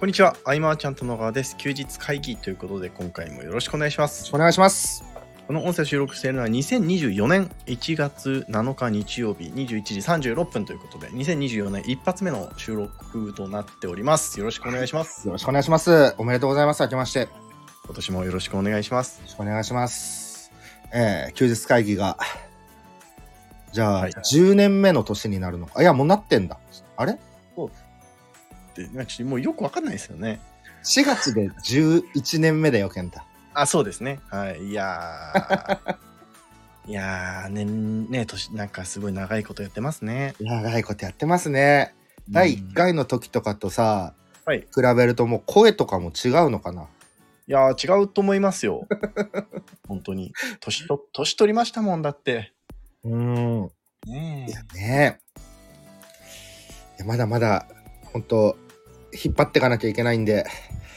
こんにちは、アイマーちゃんと野川です。休日会議ということで、今回もよろしくお願いします。お願いします。この音声を収録しているのは2024年1月7日日曜日21時36分ということで、2024年一発目の収録となっております。よろしくお願いします。よろしくお願いします。おめでとうございます。明けまして。よ今年もよろしくお願いします。ろしくお願いします。えー、休日会議が、じゃあ、はい10年目の年になるのか。あいや、もうなってんだ。あれで、なんかちょっともうよくわかんないですよね。 ?4 月で11年目だよ、ケンタ。あ、そうですね。はい。いやー。 いやー、年、ね、年、なんかすごい長いことやってますね。長いことやってますね。第1回の時とかとさ、はい比べるともう声とかも違うのかな。いやー違うと思います よ。本当に。年と、年取りましたもんだって。うーん。ねいやねいやまだまだ、本当引っ張っていかなきゃいけないんで、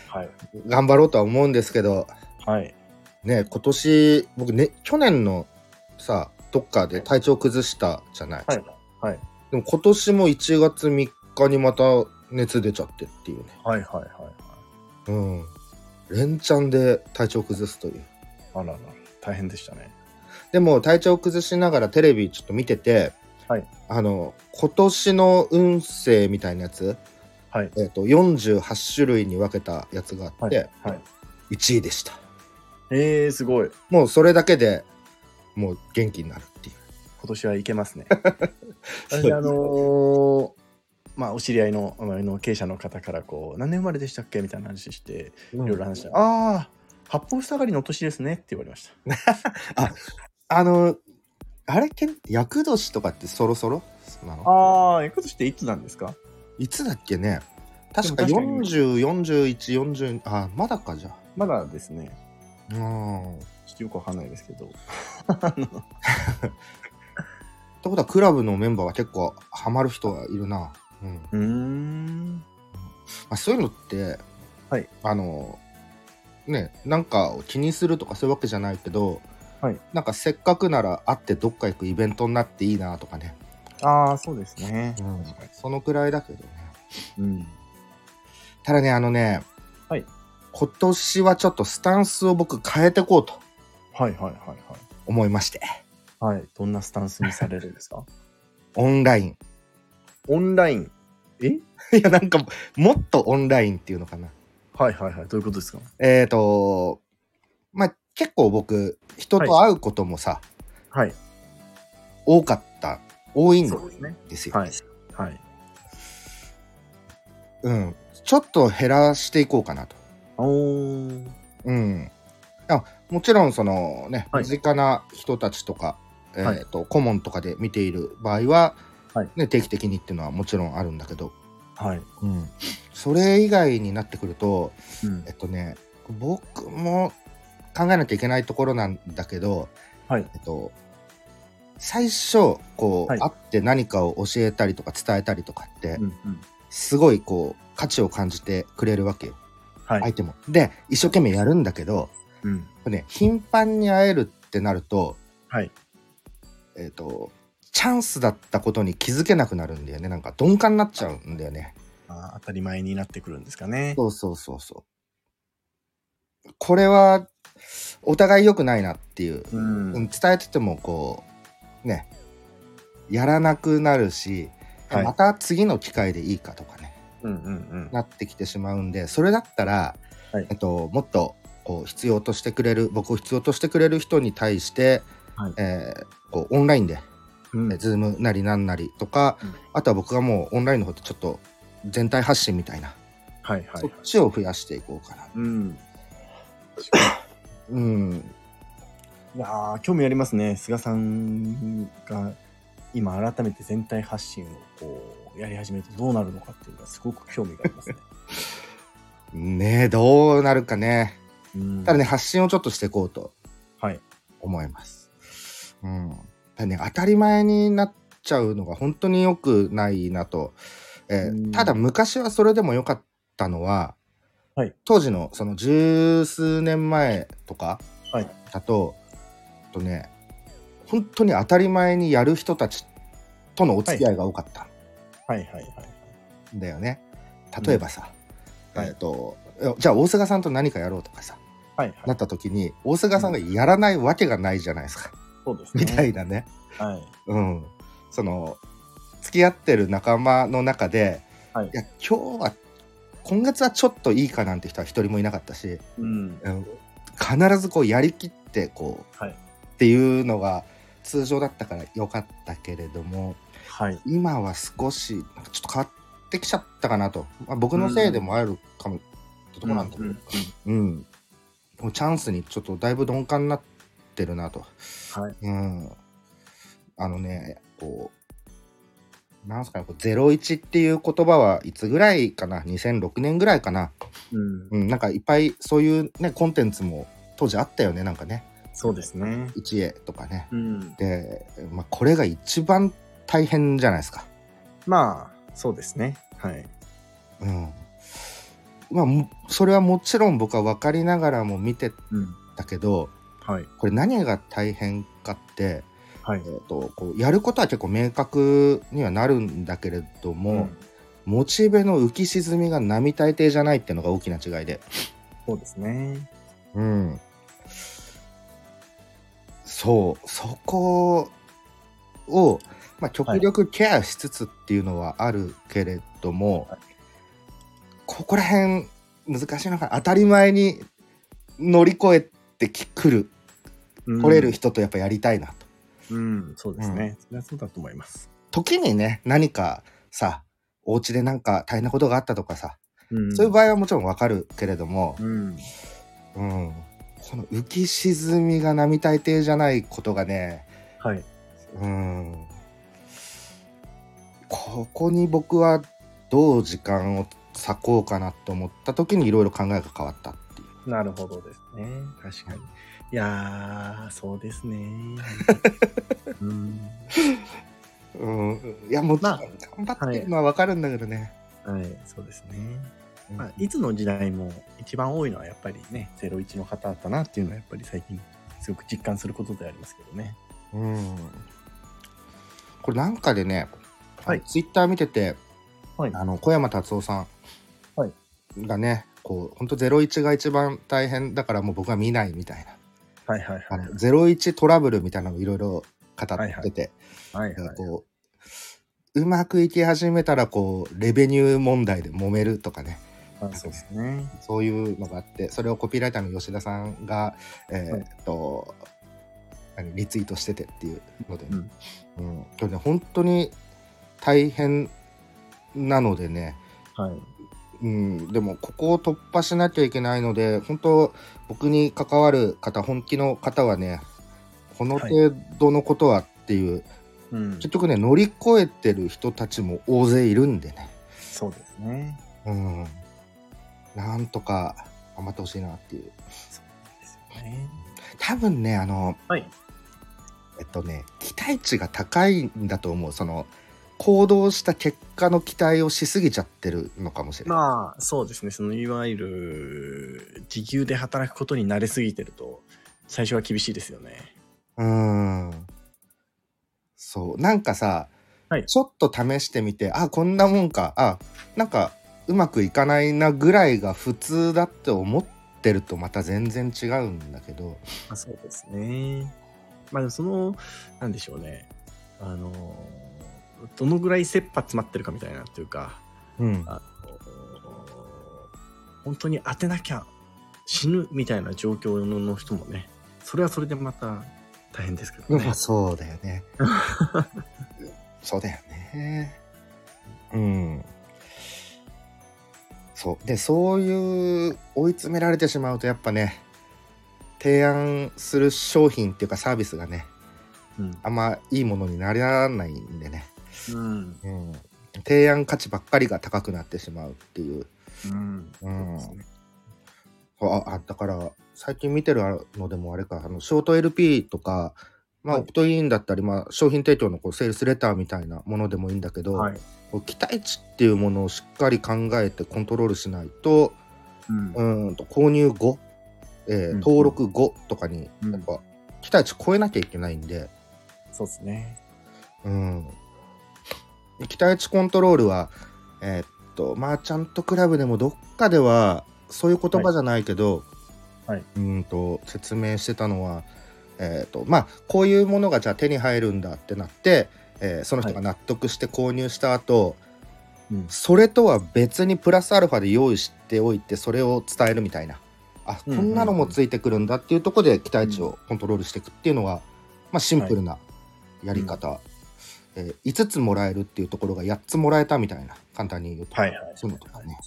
はい。頑張ろうとは思うんですけど、はい。ね今年僕ね去年のさどっかで体調崩したじゃない、はいはいでも今年も1月3日にまた熱出ちゃってっていうねはいはいはい。うん連チャンで体調崩すというあらら、大変でしたね。でも体調崩しながらテレビちょっと見てて、はいあの今年の運勢みたいなやつ、はいえー、と48種類に分けたやつがあっはい。て、はい、 1位でしたえー、すごい。今もうそれだけでもう元気になるっていう年はいけます ね。そう私あのーまあ、お知り合いの、あの、経営者の方から、こう、何年生まれでしたっけみたいな話して、いいろいろ話して、ああ、八方塞がりの年ですねって言われました。あの、あれ、けん厄年とかってそろそろなのああ、え、今年っていつなんですかいつだっけね確かでも確かに40、41、40、あ、まだかじゃあ。まだですね。うん。っちょっとよくわかんないですけど。てことは、クラブのメンバーは結構ハマる人がいるな。うん。まうーん。あ、そういうのって、はいあの、ね、なんかを気にするとかそういうわけじゃないけど、はいなんかせっかくなら会ってどっか行くイベントになっていいなとかね、ああ、そうですね。そのくらいだけどねうん。ただねあのね、はい今年はちょっとスタンスを僕変えてこうとはいはいはい思いましてはい。はい。どんなスタンスにされるんですかオンライン オンライン。えいやなんかもっとオンラインっていうのかなはいはいはい。どういうことですかえっ、ー、とまあ結構僕人と会うこともさ、はい。多かった多いんそうですねですよはい。はい。うん、ちょっと減らしていこうかなとおー。うんあもちろんそのね、はい身近な人たちとか、えはいーと顧問とかで見ている場合は、はいね、定期的にっていうのはもちろんあるんだけど、はい。うん、それ以外になってくるとうんえっとね僕も考えなきゃいけないところなんだけど、はいえっと、最初こう、はい会って何かを教えたりとか伝えたりとかって、うんうん。すごいこう価値を感じてくれるわけよ、はい。相手も。で一生懸命やるんだけどうん。ね頻繁に会えるってなると,、はい。えっとチャンスだったことに気づけなくなるんだよねなんか鈍感になっちゃうんだよね。あー当たり前になってくるんですかね。そうそうそうそう。これはお互い良くないなっていう、うんうん伝えててもこうねやらなくなるし、はいまた次の機会でいいかとかねうんうんなってきてしまうんでそれだったら、はいえっと、もっとこう必要としてくれる僕を必要としてくれる人に対して、はいえーこうオンラインで、うん。ズームなりなんなりとか、うんあとは僕がもうオンラインの方でちょっと全体発信みたいな、はいはいそっ。ちを増やしていこうかなうん。うん、いやー、興味ありますね。菅さんが今改めて全体発信をこうやり始めてどうなるのかっていうのはすごく興味があります ね。ねえどうなるかねうんただね発信をちょっとしていこうとはい。思いますうんただね当たり前になっちゃうのが本当に良くないなと、えーうんただ昔はそれでも良かったのは、はい当時のその十数年前とかはいだと、とね本当に当たり前にやる人たちとのお付き合いが多かったはいはいはい。んだよね、例えばさ、はいえっとじゃあ大菅さんと何かやろうとかさはいはいなった時に大菅さんがやらないわけがないじゃないですか、そうですみねたいなねはいうんその付き合ってる仲間の中で、はいや今日は今月はちょっといいかなんて人は一人もいなかったし、うんうん必ずこうやりきってこう、はいっていうのが通常だったから良かったけれどもはい今は少しなんかちょっと変わってきちゃったかなと、まあ、僕のせいでもあるかもってとこなんだけうどんうん、もうチャンスにちょっとだいぶ鈍感になってるなとはいうんあのねこうなんすかねこう「01」っていう言葉はいつぐらいかな2006年ぐらいかな、うんうん、なんかいっぱいそういうねコンテンツも当時あったよねなんかねそうですね「一へ」とかねうんで、まあ、これが一番大変じゃないですかまあそうですねはいうんまあもそれはもちろん僕は分かりながらも見てうんたけどはいこれ何が大変かって、はいえー、とこうやることは結構明確にはなるんだけれども、モチベの浮き沈みが並大抵じゃないっていうのが大きな違いで、そうですねうん、そうそこを、まあ、極力ケアしつつっていうのはあるけれども、はいここら辺難しいのかな当たり前に乗り越えてきくるうん来れる人とやっぱやりたいなと、うんそうですねそれはそうだと思います時にね何かさお家でなんか大変なことがあったとかさ、うんそういう場合はもちろんわかるけれども、うんうん、この浮き沈みが並大抵じゃないことがねはいうんここに僕はどう時間を割こうかなと思った時にいろいろ考えが変わったっていう。なるほどですね。確かに。いやー、そうですね。 うん、うん、いやもう、まあ頑張ってるのはわかるんだけどね。はい、そうですね。うんまあ、いつの時代も一番多いのはやっぱりね、01の方だったなっていうのはやっぱり最近すごく実感することではありますけどね。うん、これなんかでね、はいツイッター見てて、はいあの小山達夫さんはいがね、こう本当ゼロ一が一番大変だからもう僕は見ないみたいな、はいはいあはい。のゼロ一トラブルみたいなのをいろいろ語はいっはいてて、はいなんはかい。こう、うまくいき始めたら、こう、レベニュー問題で揉めるとかね、あそうですね。そういうのがあって、それをコピーライターの吉田さんが、えーはいっと、何リツイートしててっていうので、うんうんこれね、本当に大変なのでね、はい。うん、でもここを突破しなきゃいけないので本当僕に関わる方本気の方はねこのはい程度のことはっていう、うん結、局ね乗り越えてる人たちも大勢いるんでねそうですね。うんなんとか頑張ってほしいなっていうですよね。多分ねあのはい。えっとね期待値が高いんだと思うその行動した結果の期待をしすぎちゃってるのかもしれない、まあ、そうですね。その、いわゆる、時給で働くことに慣れすぎてると、最初は厳しいですよね。うんそうなんかさ、はいちょっと試してみてあこんなもんかあなんかうまくいかないなぐらいが普通だって思ってるとまた全然違うんだけどまあ、そうですね。まあでもその、なんでしょうね。あの、どのぐらい切羽詰まってるかみたいなというか、うんあの本当に当てなきゃ死ぬみたいな状況の人もね、それはそれでまた大変ですけどねまあ。そうだよね。そうだよね。うん。そう。で、そういう追い詰められてしまうと、やっぱね、提案する商品っていうかサービスがね、うんあんまいいものにならないんでね、うん。うん。提案価値ばっかりが高くなってしまうっていう。うん。うんそうですねあ、あだから、最近見てるのでもあれか、あの、ショート LP とか、まあ、はいオプトインだったり、まあ、商品提供のこうセールスレターみたいなものでもいいんだけど、はい。こう期待値っていうものをしっかり考えてコントロールしないと、うんう。ーんと購入後、えーうん登録後とかに、うんやっぱ、期待値超えなきゃいけないんで、そうですね。うん。期待値コントロールは、えーとマーチャントクラブでもどっかではそういう言葉じゃないけど、はいはいうーんと説明してたのは、えーとまあ、こういうものがじゃあ手に入るんだってなって、えーその人が納得して購入した後、うんそれとは別にプラスアルファで用意しておいてそれを伝えるみたいなあこうんんなのもついてくるんだっていうところで期待値をコントロールしていくっていうのは、まあ、シンプルなやり方、えー5つもらえるっていうところが8つもらえたみたいな簡単に言うと、はいはいそういうのとかね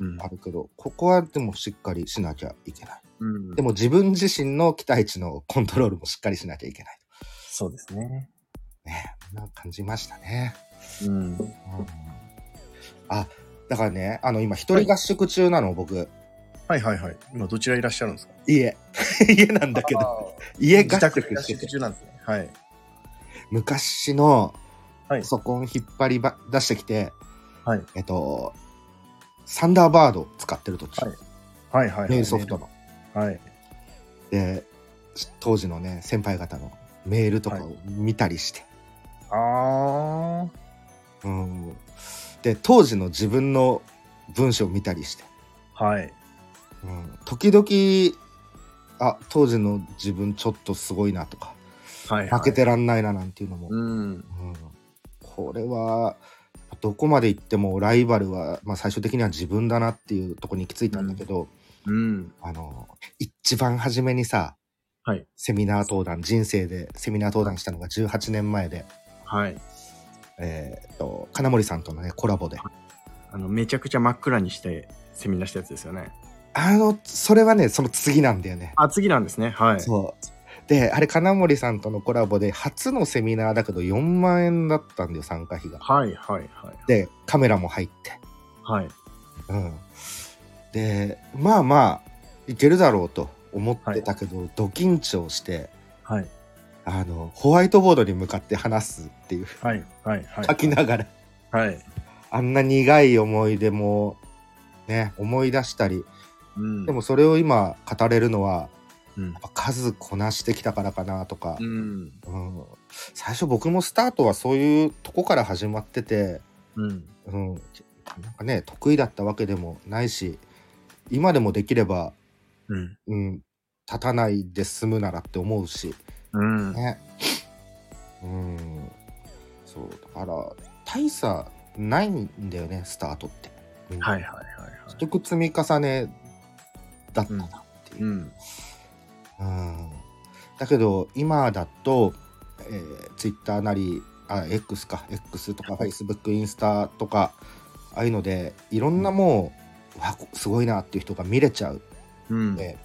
うんあるけどここはでもしっかりしなきゃいけないうんでも自分自身の期待値のコントロールもしっかりしなきゃいけないそうですね。ねなんか感じましたね。うん。 うんあだからねあの今一人合宿中なの、僕はいはいはい。今どちらいらっしゃるんですか家 家なんだけどど。家自合宅宿で合して宿て中なんですね。はい。昔のはいパソコン引っ張りば出してきて、はいえっとサンダーバードを使ってる時、はいはいはいはい。メールソフトのはい。でし当時のね先輩方のメールとかを見たりして、あうんで当時の自分の文章を見たりして、あ。はい。うん時々あ当時の自分ちょっとすごいなとかはい。負け。てらんないななんていうのも、うん。うんこれはどこまで行ってもライバルは、まあ、最終的には自分だなっていうとこに行き着いたんだけど、うん。あの一番初めにさ、はいセミナー登壇人生でセミナー登壇したのが18年前で、はい。えーっと金森さんとの、ね、コラボであの、めちゃくちゃ真っ暗にしてセミナーしたやつですよね。あのそれはねその次なんだよね。あ、次なんですね。はい。そうであれ金森さんとのコラボで初のセミナーだけど4万円だったんだよ参加費が。はいはいはい。でカメラも入ってはい。うん、でまあまあいけるだろうと思ってたけど、ド緊張してはい。あのホワイトボードに向かって話すっていうはいはいはい。書きながらはい。あんな苦い思い出もね思い出したりうん。でも、それを今語れるのはうんやっ。ぱ数こなしてきたからかなとかう、ん。うん最初僕もスタートはそういうとこから始まってて、うん。うん、なんかね得意だったわけでもないし今でもできればうん。うん、立たないで済むならって思うし、うん。ね。うん、そう、だから、大差ないんだよね、スタートって。うんはいはいはいは結い。局積み重ねだったなっていう。うん。うんだけど、今だと、えー、Twitter なり、あ、X か、X とか、はい Facebook、インスタとか、ああいうので、いろんなもう、わ、すごいなっていう人が見れちゃううん。で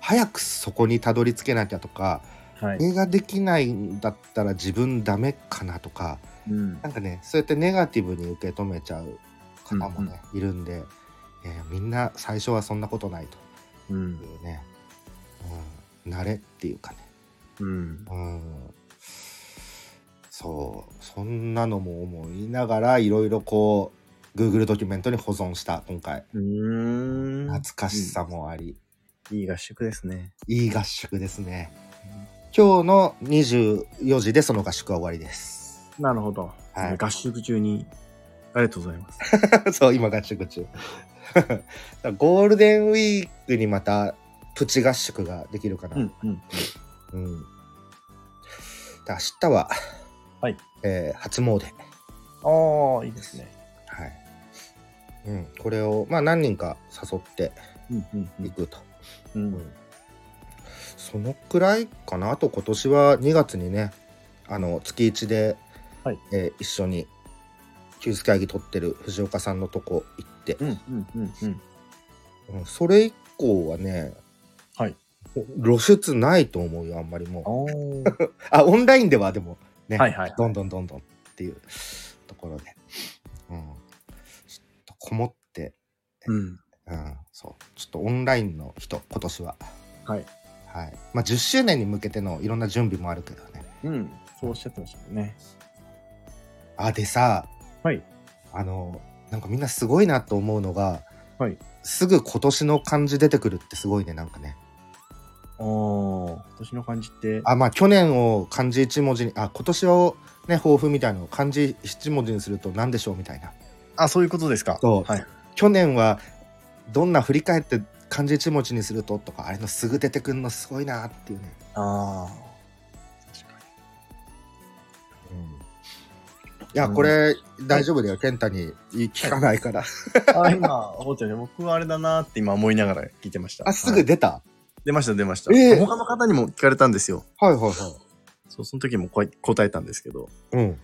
早くそこにたどり着けなきゃとかはい。映画できないんだったら自分ダメかなとかうん。なんかねそうやってネガティブに受け止めちゃう方もね、いるんで、いやいやみんな最初はそんなことないとうんい。うね、うん、慣れっていうかね、うん。うん、そうそんなのも思いながらいろいろこう Google ドキュメントに保存した今回うーん。懐かしさもあり、いい合宿ですね。いい合宿ですね。今日の24時でその合宿は終わりです。なるほど。はい合宿中に、ありがとうございます。 そう、今合宿中。ゴールデンウィークにまたプチ合宿ができるかな。うんうん。うんで明日は、はいえー初詣。はい。ああ、いいですね。うん、これを、まあ、何人か誘ってうんうんいくと。うん。ううんんそのくらいかなあと今年は2月にねあの月1で、はいえー一緒に休日会議取ってる藤岡さんのとこ行って、うんうんうん。うんそれ以降はねはい。露出ないと思うよあんまりあもうあ。あオンラインではでもね、はいはい。どんどんどんどんっていうところで、うん、ちょっとこもって、うん。うん、そうちょっとオンラインの人今年ははい。はいまあ10周年に向けてのいろんな準備もあるけどねうん。そうおっしゃってましたもんね。あでさはい。あのなんかみんなすごいなと思うのが、はいすぐ今年の漢字出てくるってすごいねなんかねああ、今年の感じって、あまあ去年を漢字1文字にあ今年をね抱負みたいのを漢字1文字にすると何でしょうみたいなあ、そういうことですか。そうはい。去年はどんな振り返って漢字一文字にするととかあれのすぐ出てくるのすごいなっていうね、ああ。確かいやこれ大丈夫だよ健太に言い聞かないから、にあ今、思ったよね。僕はあれだなって今思いながら聞いてました。あすはぐい出た、出ました、出ました。ええ他の方にも聞かれたんですよ。はい、はいはいそう、その時もこう答えたんですけど、うん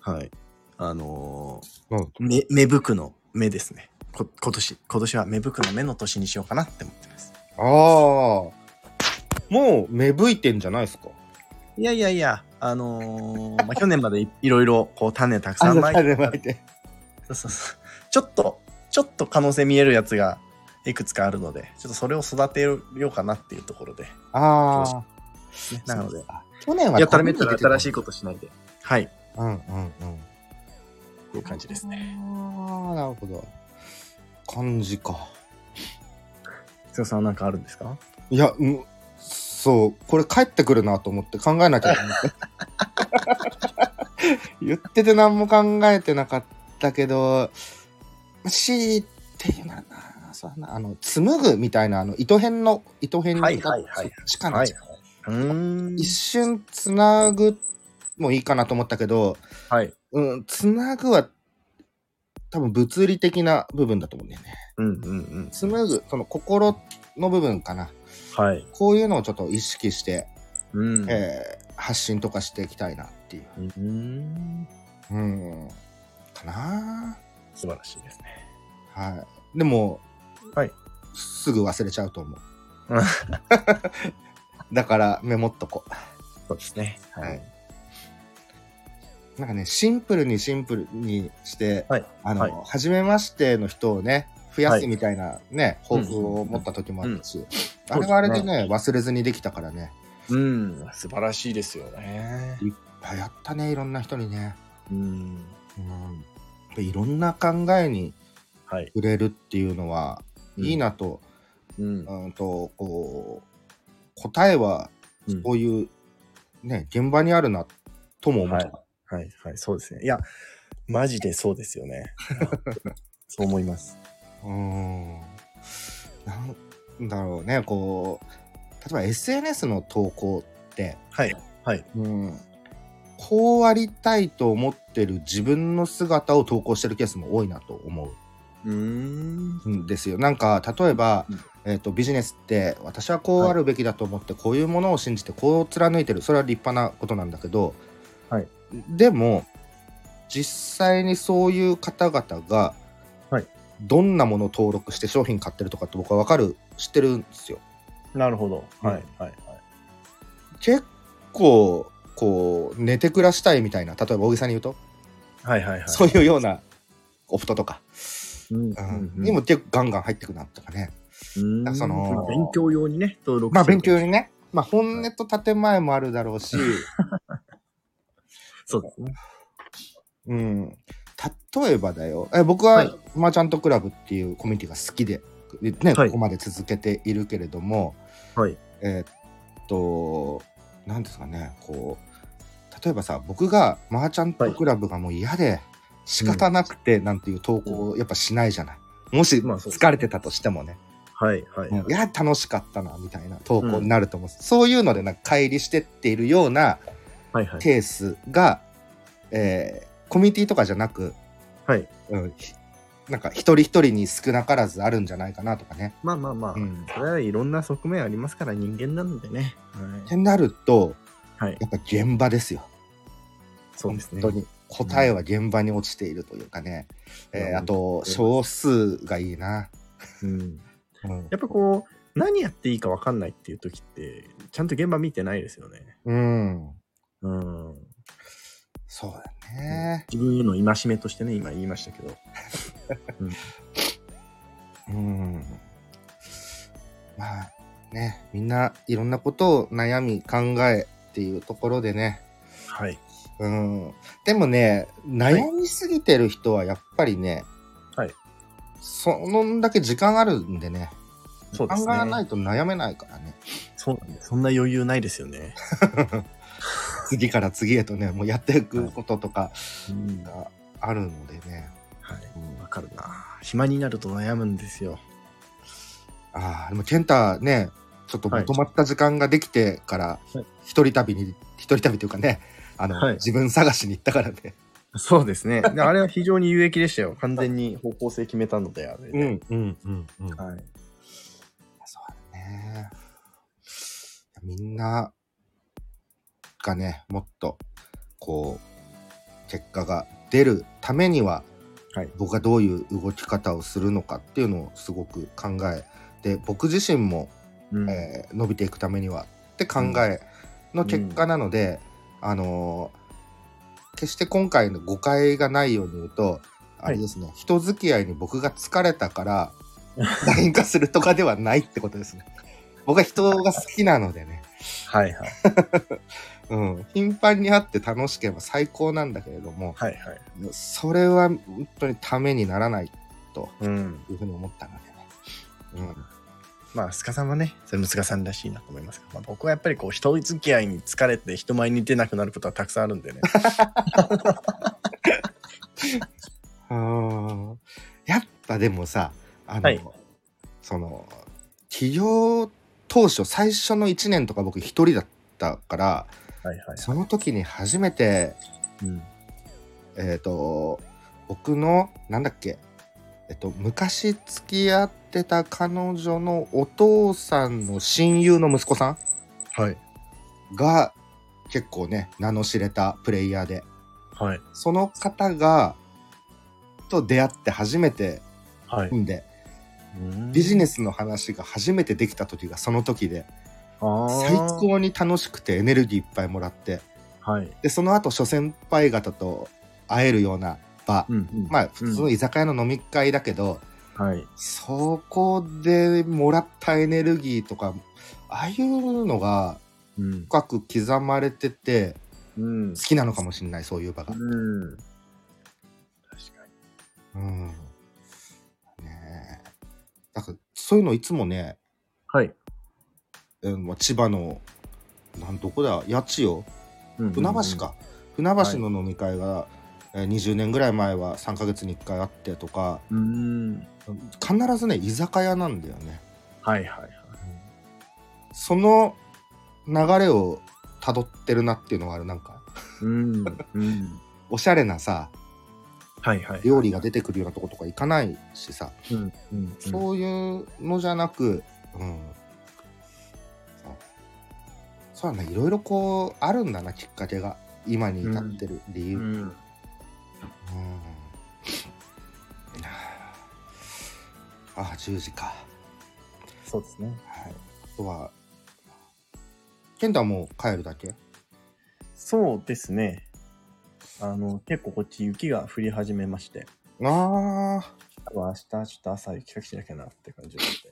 はい。あのうんー、目、芽吹くの目ですね。こ今年、今年は芽吹くの目の年にしようかなって思ってます。ああもう芽吹いてんじゃないですかいやいやいや、あのー まあ、去年までいいろいろこう種たくさんまいて種まいてそうそうそうちょっと、ちょっと可能性見えるやつがいくつかあるので、ちょっとそれを育てようかなっていうところで。 あねあなので、去年はやったらめったら新しいいことしないで。はい。っうんうんうんていう感じですね。ああなるほど漢字かつよさんはなんかあるんですかいや、うんそう、これ帰ってくるなと思って考えなきゃと思って。 言ってて何も考えてなかったけど、しっていうのはな、そうだな、あの、紡ぐみたいな、あの、糸編の、糸編の、はいはいはいそっちかな、はい。うーん一。瞬つなぐもいいかなと思ったけど、はい。うん、つなぐは、多分物理的な部分だと思うんだよね。うんうんうん。紡ぐ、その心の部分かな。はい。こういうのをちょっと意識して、うん。えー発信とかしていきたいなっていう。うーん。うん。かな素晴らしいですね。はい。でも、はいすぐ忘れちゃうと 思ううん。だからメモっとこそうですね。う。はい。。なんかね、シンプルにシンプルにして、はいあの、はい初めましての人をね、増やすみたいなね、うん抱負を持った時もあったし、うんあれはあれでね、忘れずにできたからね、うん。素晴らしいですよね。あやったね、いろんな人にね。うん。うん。でいろんな考えにはい。触れるっていうのは、いいなと,、うん。うん、とこう答えはうん。こういう、ね現場にあるなとも思った、はいはい。そうですね。いや、マジでそうですよね。そう思います。うーんなんだろうねこう例えば SNS の投稿って、はい。はい。うん、こうありたいと思ってる自分の姿を投稿してるケースも多いなと思うーん。うんですよなんか例えばうん、えー、とビジネスって私はこうあるべきだと思ってこういうものを信じてこう貫いてるそれは立派なことなんだけど、はいでも実際にそういう方々が、はいどんなものを登録して商品買ってるとかって僕は分かる知ってるんですよ。なるほど。うんはいはいはい。結構こう寝て暮らしたいみたいな例えば大げさに言うと、はいはいはい。そういうようなオプトとか、うんううんんうんにも結構ガンガン入ってくなとかね。うんそのまあ勉強用にね、登録まあしてる勉強にね、まあ、本音と建前もあるだろうし、そうですね。うん、例えばだよえ僕ははいマーチャントクラブっていうコミュニティが好きで、ねはいここまで続けているけれども、はい。えーっと何ですかねこう例えばさ僕がマーチャントクラブがもう嫌で仕方なくてなんていう投稿をやっぱしないじゃない。もしまあそうです疲れてたとしてもね、はいはいうんいはい。や楽しかったなみたいな投稿になると思う、そういうのでなんか乖離してっているような、はいはい。ケースが、えーコミュニティとかじゃなく、はいうん、ひなんか一人一人に少なからずあるんじゃないかなとかね。まあまあまあ、うんそれはいろんな側面ありますから人間なのでね。っはてい。なるとはい、やっぱ現場ですよ。そうですね。本当に答えは現場に落ちているというかね、うんえいーやあと少数がいいな。うん、うんやっぱこう、何やっていいか分かんないっていう時って、ちゃんと現場見てないですよね。うん、うん。そうだね。自分への戒めとしてね、今言いましたけど。うん、まあねみんないろんなことを悩み考えっていうところでねはい。うん、でもね悩みすぎてる人はやっぱりね、はい、そのだけ時間あるんでねそうです考えないね。と悩めないからね そうなんです。そんな余裕ないですよね。次から次へとねもうやっていくこととかうんがあるのでね、はい。うんわかるな。暇になると悩むんですよ。ああ、でも健太ね、ちょっとはい止まった時間ができてからはい、一人旅に、一人旅というかね、あの、はい自分探しに行ったからね。そうですね。であれは非常に有益でしたよ。完全に方向性決めたので、あれで。ん、うん、うん、うん。はい。そうだね。みんながね、もっと、こう、結果が出るためには、はい僕がどういう動き方をするのかっていうのをすごく考えて、僕自身も、うんえー伸びていくためにはって考えの結果なので、あのー決して今回の誤解がないように言うとあれですね、人付き合いに僕が疲れたから LINE 化するとかではないってことですね。 僕は人が好きなのでね、はいはい。うん、頻繁に会って楽しければ最高なんだけれどもはいはい。それは本当にためにならないとうん。いうふうに思ったのでね、まあ、スカさんはね、それもスカさんらしいなと思いますが、まあ、僕はやっぱりこう、人付き合いに疲れて人前に出なくなることはたくさんあるんで ね。うん、うんやっぱでもさあの、はいその起業当初最初の1年とか僕一人だったからはいはい。その時に初めてうん。えっ、と僕のなんだっけえっと昔付き合ってた彼女のお父さんの親友の息子さはい。んが結構ね名の知れたプレイヤーではい。その方がと出会って初めてはい。んでビビジネネスの話が初めてできた時がその時でス最最。高に楽しくてエネルギーいっぱいもらってはい。でその後諸先輩方と会えるような場、うん、うん。まあ普通の居酒屋の飲み会だけど、はい。そこでもらったエネルギーとかああいうのがうん。深く刻まれててうん好。きなのかもしれないそういう場うが。ん。確かに。うんねえだからそういうのいつもね、はい。うんまあ千葉のなんどこだ八千代うん船橋。か、船橋の飲み会が、えー20年ぐらい前は3ヶ月に1回あってとかうん。必ずね居酒屋なんだよねはいはいはい。その流れをたどってるなっていうのがあるなんかうん。うん。おしゃれなさはいはい。料理が出てくるようなとことか行かないしさ、うん。うん。う。そういうのじゃなくうんそうそうだねいろいろこうあるんだなきっかけが今に至ってる理由、うん。うんああ10時か、そうですね。はい、あとは健太はもう帰るだけそうですね。あの、結構こっち雪が降り始めまして、ああ多分明日、ちょっと朝雪かきしなきゃなって感じなので。そっ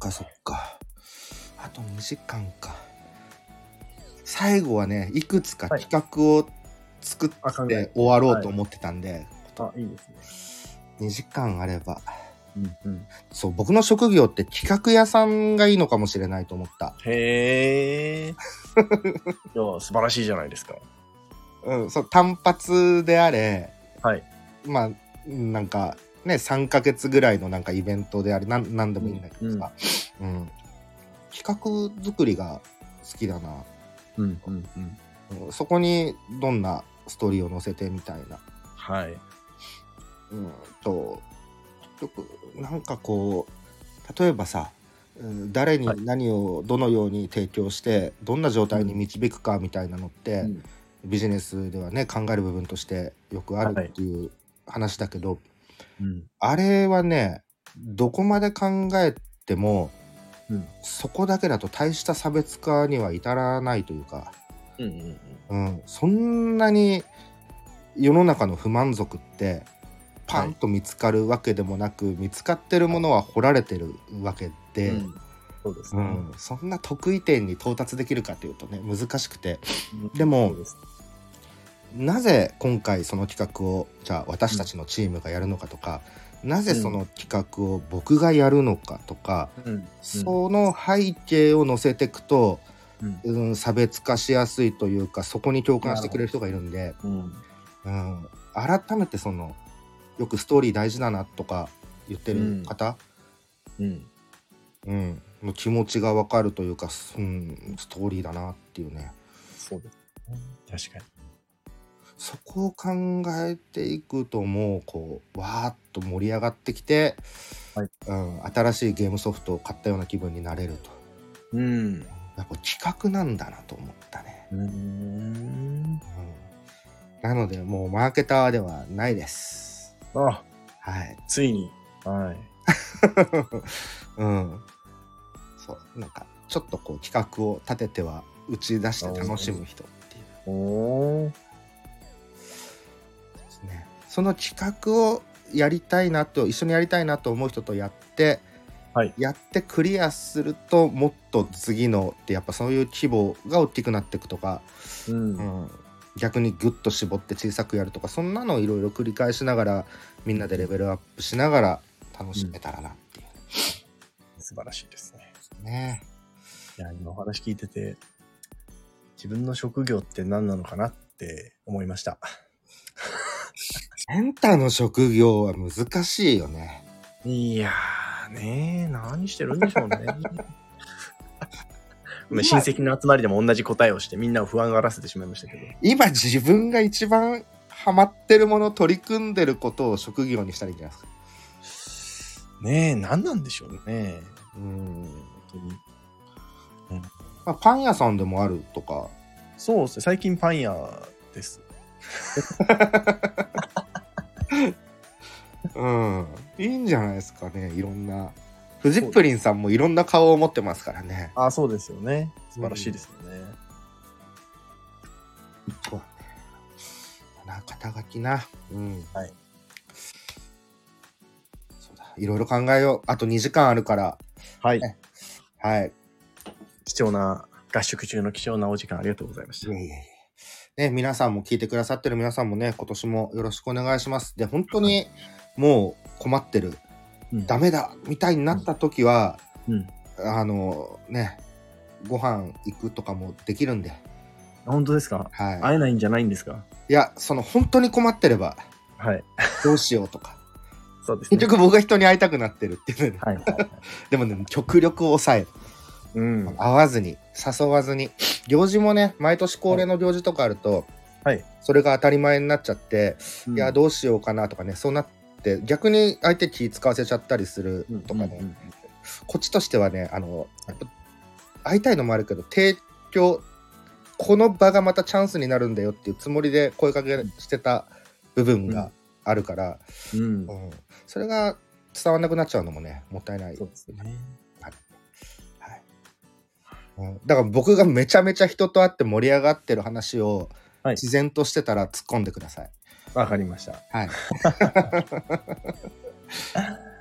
かそっかあと2時間か最後はねいくつかはい企画を作っあ考えて終わろうと思ってたんで、あ、いいです2時間あればね。うんうん。そう僕の職業って企画屋さんがいいのかもしれないと思った へえ。いや、素晴らしいじゃないですか。うん、そう単発であれ、はいまあなんかね3ヶ月ぐらいのなんかイベントであれなんなんでもいいんだけどさ、うん企画作りが好きだな、うんうんうん。うんそこにどんなストーリーを載せてみたいな、はい。うん、とよくなんかこう例えばさうん誰にはい何をどのように提供して、どんな状態に導くかみたいなのって、うんビジネスではね考える部分としてよくあるっていう話だけど、うん。あれはねどこまで考えてもうん。そこだけだと大した差別化には至らないというか、うんうんうん。うん、そんなに世の中の不満足ってパンと見つかるわけでもなく、見つかってるものは掘られてるわけで、うんそうですうね。んそんな得意点に到達できるかというとね難しくてうんでもそうですなぜ今回その企画をじゃあ私たちのチームがやるのかとか、なぜその企画を僕がやるのかとか、うん。その背景を載せていくと、うん。うん、差別化しやすいというかそこに共感してくれる人がいるんで、うん。うん、改めてそのよくストーリー大事だなとか言ってる方、うん、うんの気持ちが分かるというか、すうん、ストーリーだなっていうねそうです。確かそこを考えていくともうこうわーっと盛り上がってきて、はいうん、新しいゲームソフトを買ったような気分になれるとに。うん。やっぱ企画なんだなと思ったね。うーん。うんなので、もうマーケターではないです。あ、はい。 ついに。はい。うん。そう、なんか、ちょっとこう企画を立てては打ち出して楽しむ人っていうおお。ですね。その企画をやりたいなと、一緒にやりたいなと思う人とやって、はいやってクリアするともっと次のってやっぱそういう規模が大きくなっていくとか、うん。うん、逆にギュッと絞って小さくやるとかそんなのをいろいろ繰り返しながらみんなでレベルアップしながら楽しめたらなっていう素晴らしいですね。ね。いや、今お話聞いてて、自分の職業って何なのかなって思いました。センターの職業は難しいよね。いやーねー、何してるんでしょうね。ごめん親戚 の集まりでも同じ答えをしてみんなを不安がらせてしまいましたけど。今自分が一番ハマってるもの取り組んでることを職業にしたらいいんじゃないですか。ねえ、何なんでしょうね。うん本当にまあ、パン屋さんでもあるとかそうですね、最近パン屋です。うんいいんじゃないですかねいろんな。フジップリンさんもいろんな顔を持ってますからね。あそうですよね。素晴らしいですよね。そうだね。な、肩書きな。うん。はい。そうだ。いろいろ考えよう。あと2時間あるから。はい。ねはい。貴重な、合宿中の貴重なお時間ありがとうございましいた。えいえいえね、皆さんも聞いてくださってる皆さんもね、今年もよろしくお願いします。で、本当にもう困ってる、うんダメだみたいになった時は、うん。あの、ね、ご飯行くとかもできるんで、本当ですかは会えないんじゃないんですかい。いや、その本当に困ってれば、 はい。どうしようとか。そうですね。結局僕が人に会いたくなってるって いうね。はいはいはい。でもね、極力抑える。うん。会わずに、誘わずに。行事もね、毎年恒例の行事とかあると、はいそれが当たり前になっちゃって、うんいや、どうしようかなとかね、そうなって、逆に相手気使わせちゃったりするうんとかね、うんうんこっちとしてはね、あの、やっぱ会いたいのもあるけど、提供、この場がまたチャンスになるんだよっていうつもりで声かけしてた部分があるから、うんう。んそれが伝わんなくなっちゃうのもね、もったいないそうですね。はいうんだから僕がめちゃめちゃ人と会って盛り上がってる話をはい自然としてたら突っ込んでください。わかりました。はい。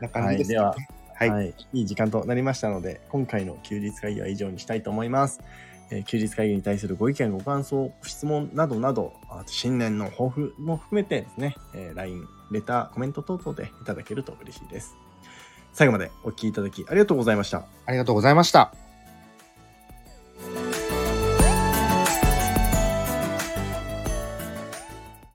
な感はじでい。すでかはね、はい、はい。い、い時間となりましたので、今回の休日会議は以上にしたいと思います。えー休日会議に対するご意見、ご感想、ご質問などなど、あと新年の抱負も含めてですね、えー LINE、レター、コメント等々でいただけると嬉しいです。最後までお聞きいただきありがとうございました。ありがとうございました。